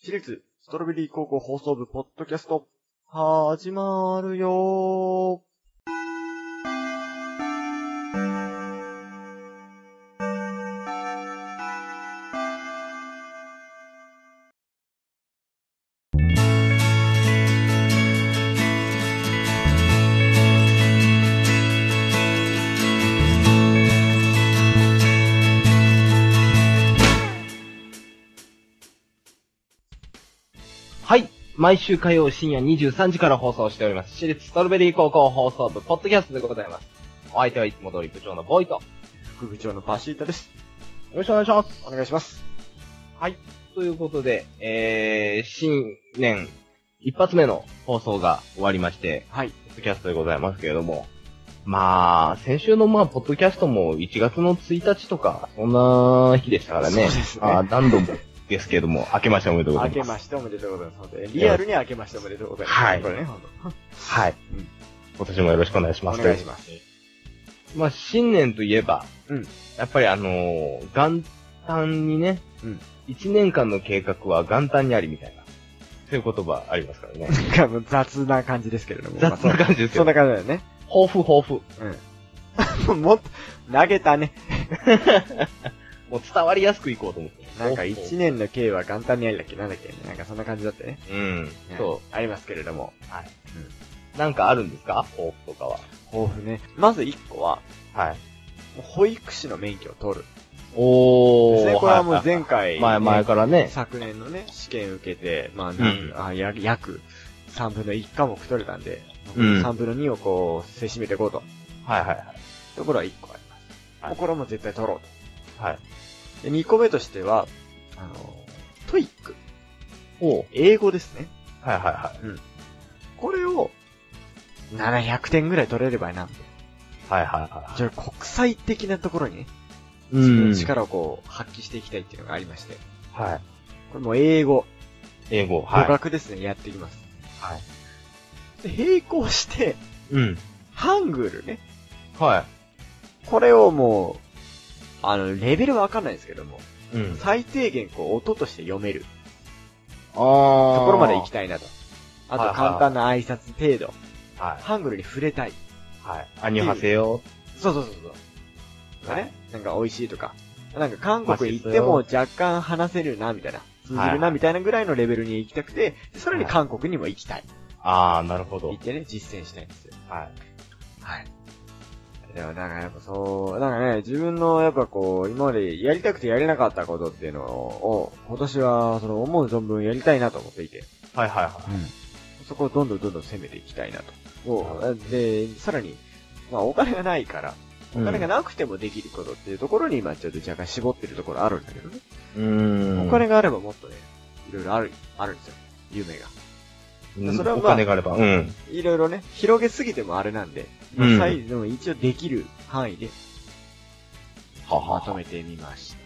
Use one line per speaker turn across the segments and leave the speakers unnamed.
私立ストロベリー高校放送部ポッドキャスト、始まるよ
はい。毎週火曜深夜23時から放送しております。私立ストロベリー高校放送部、ポッドキャストでございます。お相手はいつも通り部長のボーイと。よ
副部長のパシータです。
ろしくお願いします。
お願いします。
ということで、えー、新年一発目の放送が終わりまして、
はい。
ポッドキャストでございますけれども。まあ、先週のまあ、ポッドキャストも1月の1日とか、そんな日でしたから
そう
ね。
ですね
あー何度もですけれども、明けましておめでとうござい
明
ます。
けましておめでとうございます。本当にリアルに明けましておめでとうございます。
はい
これね、本
はい
うん。
今年もよろしくお願いし
当
ま
お
す。
願いします。
まあ、新年といえば、
うん
やっぱりあのー元旦にね、
うん
1年間の計画は元旦にありみたいな、そういう言葉ありますからね。
なんかもう雑な感じですけれども。
雑 な
まあ
感じです
そ
よ
ん。な感じだよね。
抱負抱負。
うん。もっと、投げたね。
もう伝わりやすくいこうと思って。
なんか
抱負
一年の計は元旦にありだっけなんだっけなんかそんな感じだったね。
うん。そ
うん。ありますけれども。
う。なんかあるんですか抱負とかは。
豊富ね。まず一個は、
はい。
保育士の免許を取る。
お
ですね、これはもう
は
前回、
い前前からね。
昨年のね、試験受けて、まあ、
ん
なんあや約3分の1科目取れたんで、
うん
3分の2をこう、せしめていこうと。
はいはいはい。
ところは1個あります。
はい
もうこれはもう絶対取ろう
はい。
と。で、2個目としては、あの、トイック。
おう
英語ですね。
はいはいは
これを、700点ぐらい取れればいいなって。
い。はいはいはい。
じゃあ国際的なところにね、
う
自分
ん
の力をこう、発揮していきたいっていうのがありまして。
はい。
これもう英語、
英語。
語
は
学ですね、やっていきます。
い。はい。
で、並行して、
うん。
ハングルね。
は
これをもう、あの、レベルはわかんないですけども、
い。うん。
最低限こう、音として読める
あー
ところまで行きたいなと。あ
はい
と、
はい
簡単な挨拶程度、
はい。
ハングルに触れたい。
はい。アニョハセヨ。
そうそうそうそう。
はい
ね、なんか美味しいとか。なんか韓国行っても
まあ
若干話せるな、みたいな。通じる
は
な、
い
みたいなぐらいのレベルに行きたくて、でそれに韓国にも行きたい。
あー、なるほど
行っ。てね、実践したいんですよ。
はい。
はい。でもなんかやっぱそう、なんかね、自分のやっぱこう、今までやりたくてやれなかったことっていうのを、今年はその思う存分やりたいなと思っていて、
はいはいは
そこをどんどんどんどん攻めていきたいなと。
は
をで、さらに、まあお金がないから、
い。
お金がなくてもできることっていうところに今ちょっと若干絞ってるところあるんだけどね。
うーん。
お金があればもっとね、いろいろある、あるんですよ。夢が。
うん
それはま
お
あ
金があれば。うん。
いろいろね、広げすぎてもあれなんで、ま
う
あ、
ん
最でも一応できる範囲で
は
まと。めてみました。っ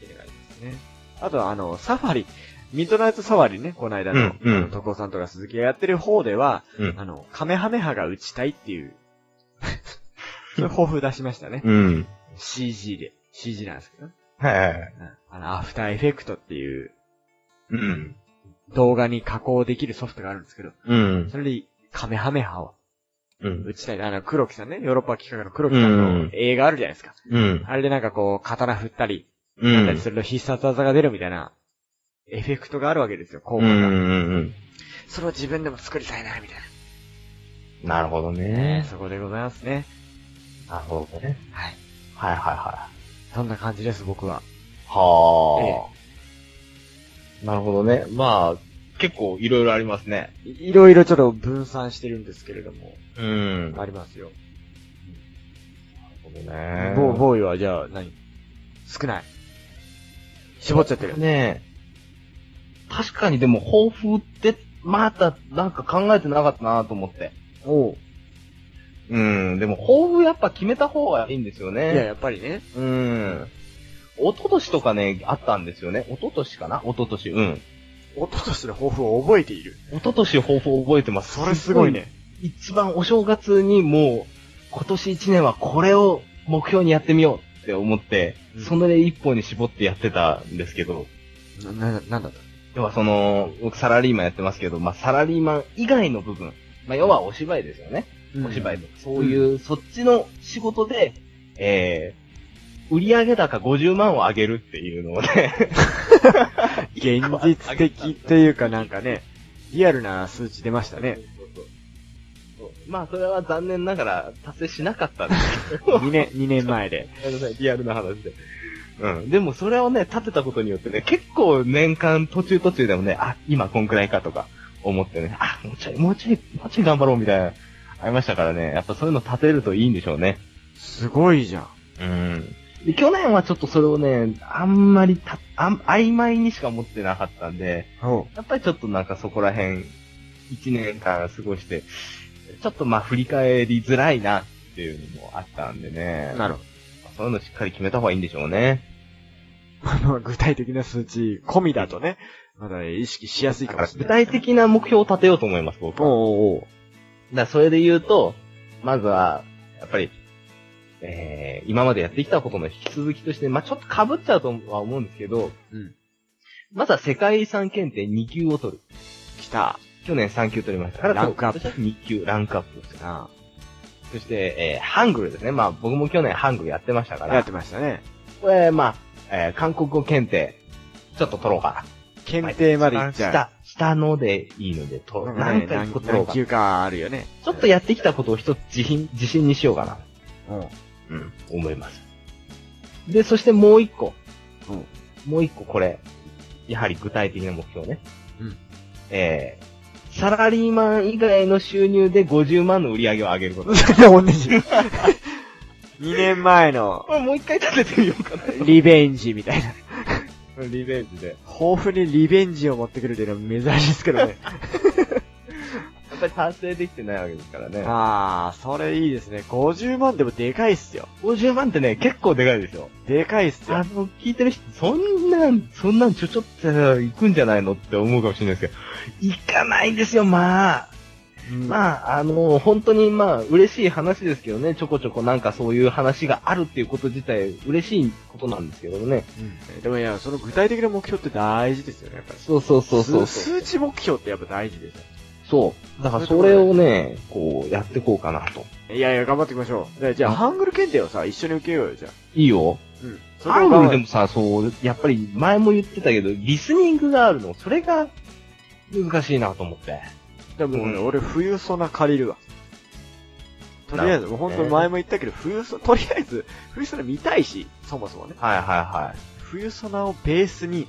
ていう感じですね。あとは、あの、サファリ、ミッドナイトサファリね、この間の、
うんうん
あの徳尾さんとか鈴木がやってる方では、
うん
あ。の、カメハメハが打ちたいって いう、そういう抱負出しましたね。
うん。
CG で。CG なんですけどね。
はいはい
う
はい。
んあの、アフターエフェクトっていう
うん。
動画に加工できるソフトがあるんですけど、
うん。
それでカメハメハを
うん。
打ちたい。あの、黒木さんね、ヨーロッパ企画の黒木さん
う
の
ん
映画あるじゃないですか。
うん。
あれでなんかこう、刀振ったり、
う
なんだり
ん。
すると必殺技が出るみたいな、エフェクトがあるわけですよ、効
う
果
ん
が。
うん。
それを自分でも作りたいな、みたい
なるほど
な。ね
ね
え。そこでございますね。
なるほどね。
はい。
はいはいは
そんな感じです、僕は。
い。はあ。なるほどね。まあ、結構いろいろありますね。
いいろいろちょっと分散してるんですけれども、
うん。
あ
なる
りますよ。
ほどね。
ボー、ボーイはじゃあ何、少ない。絞っちゃってる。
ねえ。確かにでも抱負って、またなんか考えてなかったなと思って。
おう
うん、でも抱負やっぱ決めた方がいいんですよ
いや、
ね。
やっぱりね。
うん。一昨年とかね、あったんですよね。一昨年かな一昨年、うん。
音としての抱負を覚えている。
一昨年抱負を覚えてます。
それすごい。ね。
一番お正月にもう、今年一年はこれを目標にやってみようって思って、
うん
そので一本に絞ってやってたんですけど、
な、な、なんだった
要はその、僕サラリーマンやってますけど、まあ、サラリーマン以外の部分、まあ、要はお芝居ですよね。お芝居とか、そういう、そっちの仕事で、えー、売上高50万を上げるっていうのをね、
現実的というかなんかね、リアルな数値出ましたね。
そう まあ、それは残念ながら達成しなかったんで
2年、2年 前で。
ごめんなさい、リアルな話で。うん。でもそれをね、立てたことによってね、結構年間途中途中でもね、あ、今こんくらいかとか思ってね、あ、もうちょい、もうちょい、もうちょい頑張ろうみたいな、ありましたからね、やっぱそういうの立てるといいんでしょうね。
すごいじゃん。
うん。で、去年はちょっとそれをね、あんまりた、あん、曖昧にしか持ってなかったんで、
お
やっぱりちょっとなんかそこら辺、一年間過ごして、ちょっとまあ振り返りづらいなっていうのもあったんでね。
なるほ
そういうのしっかり決めた方がいいんでしょうね。
ど。まあ具体的な数値込みだとね、まだ意識しやすいかもしれ
具
ない。
体的な目標を立てようと思います、僕は。だか
おうおうおう
らそれで言うと、まずは、やっぱり、えー、今までやってきたことの引き続きとして、まあちょっと被っちゃうとは思うんですけど、
うん。
まずは世界遺産検定2級を取る。
来た。
去年3級取りましたから、
ランクアップ
今年は2級、ランクアップですよ
あ
そして、えー、ハングルですね。まあ僕も去年ハングルやってましたか
あやっ
ら、
てましたね。
これ、まあ、えー、韓国語検定、ちょっと取ろうかな。
検定まで行っちゃう。
下、下のでいいので、と、
な
何
ん
回
か
一
ね
個取ろう
何
か。
級かあるよね。
ちょっとやってきたことを一つ自信、自信にしようかな。
うん。
うん、思います。で、そしてもう一個。
うん
もう一個これ。やはり具体的な目標ね。
うん。
えー、サラリーマン以外の収入で50万の売り上げを上げること。
同じ。2年前の
これもう一回立ててみようかな。
リベンジみたいな。
リベンジで。
豊富にリベンジを持ってくるっていうのは珍しいですけどね。
やっぱり達成できてないわけですからね。
ああ、それいいですね。50万でもでかいっすよ。
50万ってね、結構でかいですよ。
でかいっす
あ
よ。
の、聞いてる人、そんなん、そんなんちょちょって行くんじゃないのって思うかもしれないですけど、行かないんですよ、まあ。
あ、
まあ、あの、本当にまあ、嬉しい話ですけどね、ちょこちょこなんかそういう話があるっていうこと自体、嬉しいことなんですけどね。
うんでもいや、その具体的な目標って大事ですよね、やっぱり。
そうそうそうそう
数
そう。
数値目標ってやっぱ大事ですよ。
そう。だからそれをね、こう、やってこうかなと。
いやいや、頑張っていきましょう。でじゃあ、
うん
ハングル検定をさ、一緒に受けようよ、じゃあ。
いいよ。
うん。それ
ハン
を
グ
頑
ル
張
で
る
もさ、そう、やっぱり前も言ってたけど、リスニングがあるの、それが難しいなと思って。
でも、
うん
俺、冬ソナ借りるわ。とりあえず、もう本当に前も言ったけど、冬ソ、とりあえず、冬ソナ見たいし、そもそもね。
はいはいはい。
冬ソナをベースに、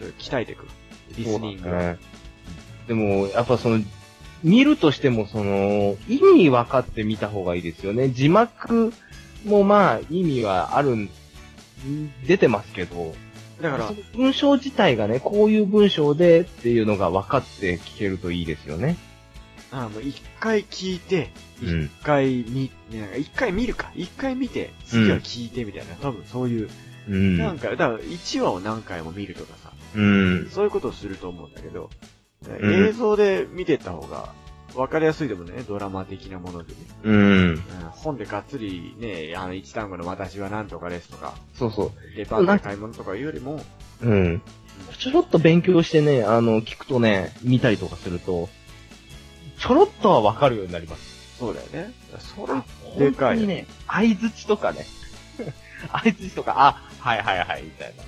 ちょっと鍛えていく。リスニング
そう。なんですね。でも、やっぱその、見るとしてもその、意味分かってみた方がいいですよね。字幕もまあ、意味はあるん、出てますけど、
だから
そ、の文章自体がね、こういう文章でっていうのが分かって聞けるといいですよね。
あの、一回聞いて、
うん。
一回見、ねなんか一回見るか。一回見て、次は聞いてみたいな。多分そういう、
う
なん
ん。
か、だから1話を何回も見るとかさ、
うん。
そういうことをすると思うんだけど、
ん
映像で見てった方が、わかりやすいでもんね、ドラマ的なものでね。
うん。
うん本でがっつりね、あの、一単語の私は何とかですとか、
そうそ
デパートで買い物とかいうよりも、
う。うん。ちょろっと勉強してね、あの、聞くとね、見たりとかすると、ちょろっとは分かるようになります。
そうだよね。それ
あ、
で
本
か
当
い
にね、相づちとかね。 相づちとか、あ、はいはいはい、みたいな。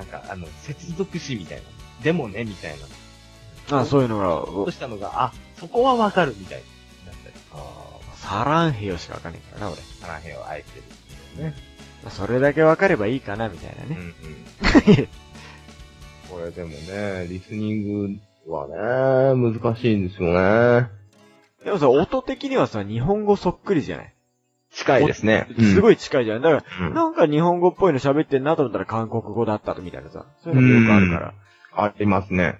なんか、あの、接続詞みたいな。でもね、みたいな。
あ、そういうのが
そう
お、
したのが、あ、そこはわかる、みたいな。なったり。あ
サランヘヨしかわかんないからな、俺。
あ、腹辺をあえてる。ね。
それだけわかればいいかな、みたいな
うん
ね。
うん。 これでもね、リスニングはね、難しいんですよね。
でもさ、音的にはさ、日本語そっくりじゃない
近いですね。
す
い。
ごい近いじゃん。だから、
うん
なんか日本語っぽいの喋ってんなと思ったら韓国語だったみたいなさ。そういうのがよくあるから。
ありますね。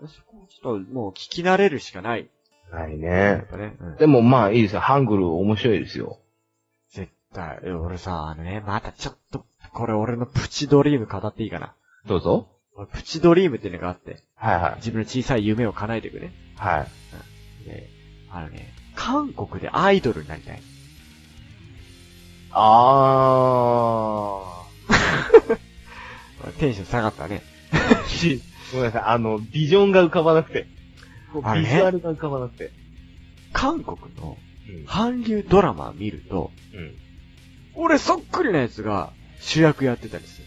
そこをちょっともう聞き慣れるしかない。
はい
や
ね
っ。ぱね。うん
でもまあいいですよ。ハングル面白いですよ。
絶対、え俺さ、あのね、またちょっと、これ俺のプチドリーム語っていいかな。
どうぞ。
俺プチドリームっていうのがあって、
はいはい。
自分の小さい夢を叶えていくね。
はい。
で、あのね、韓国でアイドルになりたい。
あ
テンション下がった ね。
し、ごめんなさい、あの、ビジョンが浮かばなくて。こう
あれ
ビジュアルが浮かばなくて。
韓国の
うん。
韓流ドラマ見ると、
うん。
俺そっくりなやつが主役やってたりす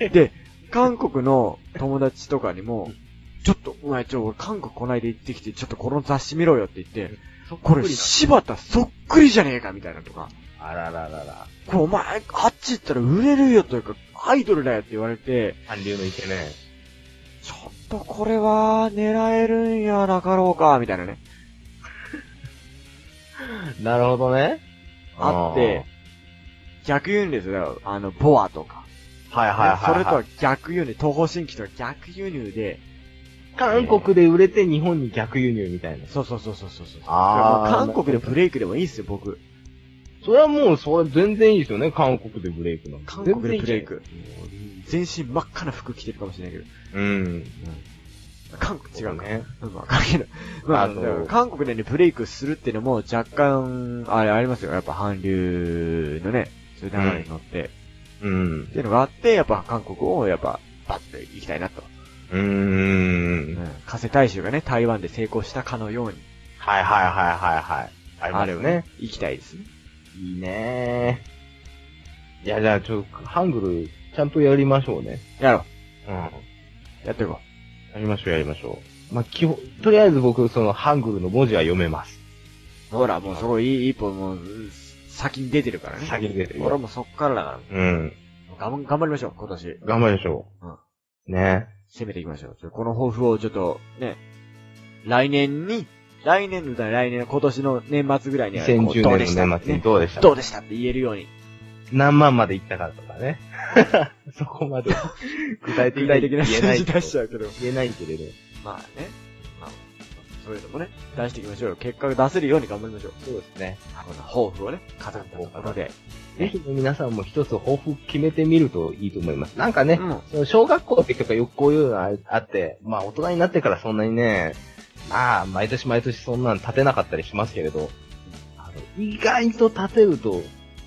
る。で、韓国の友達とかにも、ちょっと、お前ちょ、俺韓国こないで行ってきて、ちょっとこの雑誌見ろよって言って、
そっ
こ
く
れ
り
柴田そっくりじゃねえかみたいなとか、
な。あらららら。
これお前、あっち行ったら売れるよというか、アイドルだよって言われて、
韓流のイケメン。
ちょっとこれは狙えるんやなかろうか、みたいなね。
なるほどね。
あって、逆言うんですよ。あの、ボアとか。
あー。はいはいはい、はい。
それとは逆輸入、東方新規とは逆輸入で、
韓国で売れて日本に逆輸入みたいな。
そうそうそうそうそうそう。
あー
だからもう韓国でブレイクでもいいっすよ、僕。
それはもう、それ全然いいですよね。韓国でブレイクなんて
韓国でブレイ。ク
全然いいじゃない。
全身真っ赤な服着てるかもしれないけど。
うん。
韓国違うか。
ね。
うん、わかるけど。まあ、
あの
韓国でね、ブレイクするってのも若干、あれありますよ。やっぱ韓流のね、そういう流れに乗って。っ
うん。
ていうのがあって、やっぱ韓国をやっぱ、バッと行きたいなと。
うーん。
加瀬大衆がね、台湾で成功したかのように、
はいはいはいはいはい。あり
あ
ま
れ
す
を
ね
ね。、行きたいですね。
いいねーいや、じゃあちょっと、ハングル、ちゃんとやりましょうね。
やろ
うん。や
う。やっていこう。
りましょうやりましょう。まあ、基本、とりあえず僕、その、ハングルの文字は読めます。
ほら、もうそこいい一歩もう、先に出てるからね。
先に出てる
俺はもうそっからだか
うん。
ら。頑張頑張りましょう、今年。
頑張りましょう。
うん
ね
攻めていきましょう。ちょこの抱負をちょっと、ね、来年に、来年のだ、来年の今年の年末ぐらいには、こう
2010
どうでし
年
た
の年末に
ね
どうでした
どうでしたって言えるように。
何万まで行ったかとか ね。そこまで。具体的
具
に
体的な
言えな
数
い
字
け
出しち
ど。
ゃうけど。
言えないけれど。
まあね。まあ、そういうのもね、出していきましょうよ。結果が出せるように頑張りましょう。
そうですね。
この抱負をね、語ったところで。
ぜひね皆さんも一つ抱負決めてみるといいと思います。なんかね、
うん。
その小学校の時とかよくこういうのああって、まあ大人になってからそんなにね、まあ毎年毎年そんなん立てなかったりしますけれど、あの意外と立てると、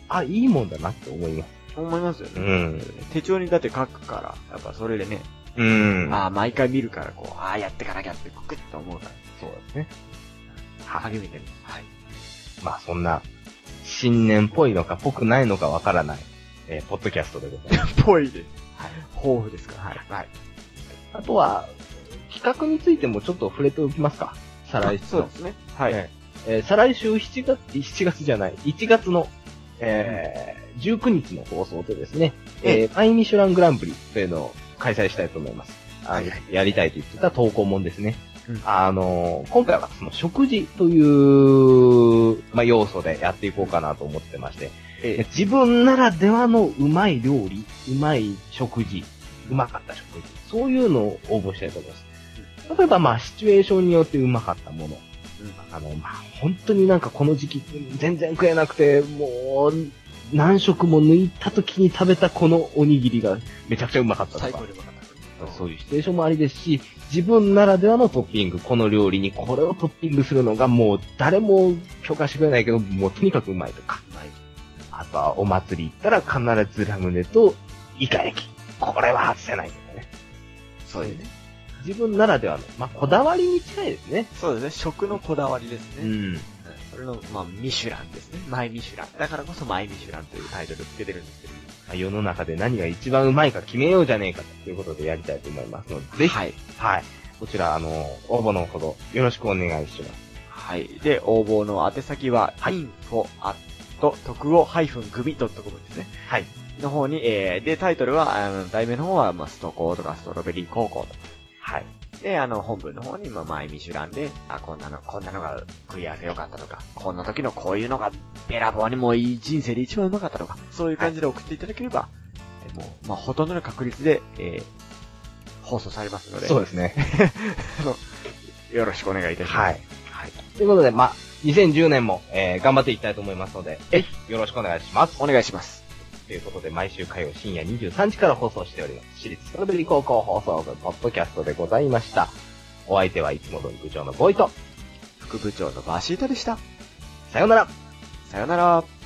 あ、いいもんだなって思います。
思いますよね。
ん。
手帳にだって書くから、やっぱそれでね、
うん
ああ、毎回見るから、こう、ああ、やってかなきゃって、グッと思うから、
そうですね。
励みになります。はい。
まあそんな、新年っぽいのかぽくないのかわからない、えーポッドキャストでございます。
ぽいです。はい。抱負ですから、はい。はい。
あとは、企画についてもちょっと触れておきますか。再来週
そう
の
で。すね。はい。
えーえー再来週7月、7月じゃない、1月の、えー19日の放送でですね、えー、マイミシュラングランプリというのを開催したいと思います。あの
はいは
やりたいと言ってた投稿もんですね。
うん
あのー今回はその食事という、まあ、要素でやっていこうかなと思ってまして、
ええ
自分ならではのうまい料理、うまい食事、うまかった食事、そういうのを応募したいと思います。例えば、まあ、シチュエーションによってうまかったもの。あの、まあ、本当になんかこの時期、全然食えなくて、もう、何食も抜いた時に食べたこのおにぎりがめちゃくちゃうまかった
最
とか
高。でよかった。
そういうシチュエーションもありですし、自分ならではのトッピング、この料理にこれをトッピングするのがもう誰も許可してくれないけど、もうとにかくうまいとか。
はい。
あとはお祭り行ったら必ずラムネとイカ焼き。これは外せないとかね。
そうですね。
自分ならではの、まあ、こだわりに近いですね。
そうですね。食のこだわりですね。
ん。
それの、まあ、ミシュランですね。マイミシュラン。だからこそマイミシュランというタイトルをつけてるんですけど。
世の中で何が一番うまいか決めようじゃねえかということでやりたいと思いますので、ぜひ、
はい。
はい。こちら、あの、応募のほどよろしくお願いします。
はい。で、応募の宛先は、info アット、徳を -gumi.com ですね。
はい。
の方に、えー、で、タイトルは、あの、題名の方は、まあ、ストコーとかストロベリー高校とか。
はい。
で、あの、本文の方に、まあ、マイミシュランで、あ、こんなの、こんなのが組み合わせ良かったとか、こんな時のこういうのが、べらぼうにもいい人生で一番うまかったとか、そういう感じで送っていただければ、えもう、まあ、ほとんどの確率で、えー、放送されますので、
そうですね。
よろしくお願いいたします。
はい。
はい。
ということで、まあ、2010年も、えー頑張っていきたいと思いますので、ぜひよろしくお願いします。
お願いします。
ということで、毎週火曜深夜23時から放送しております。私立ストロベリー高校放送部、ポッドキャストでございました。お相手はいつもの部長のボイト。
副部長のバシータでした。
さようなら
さよなら。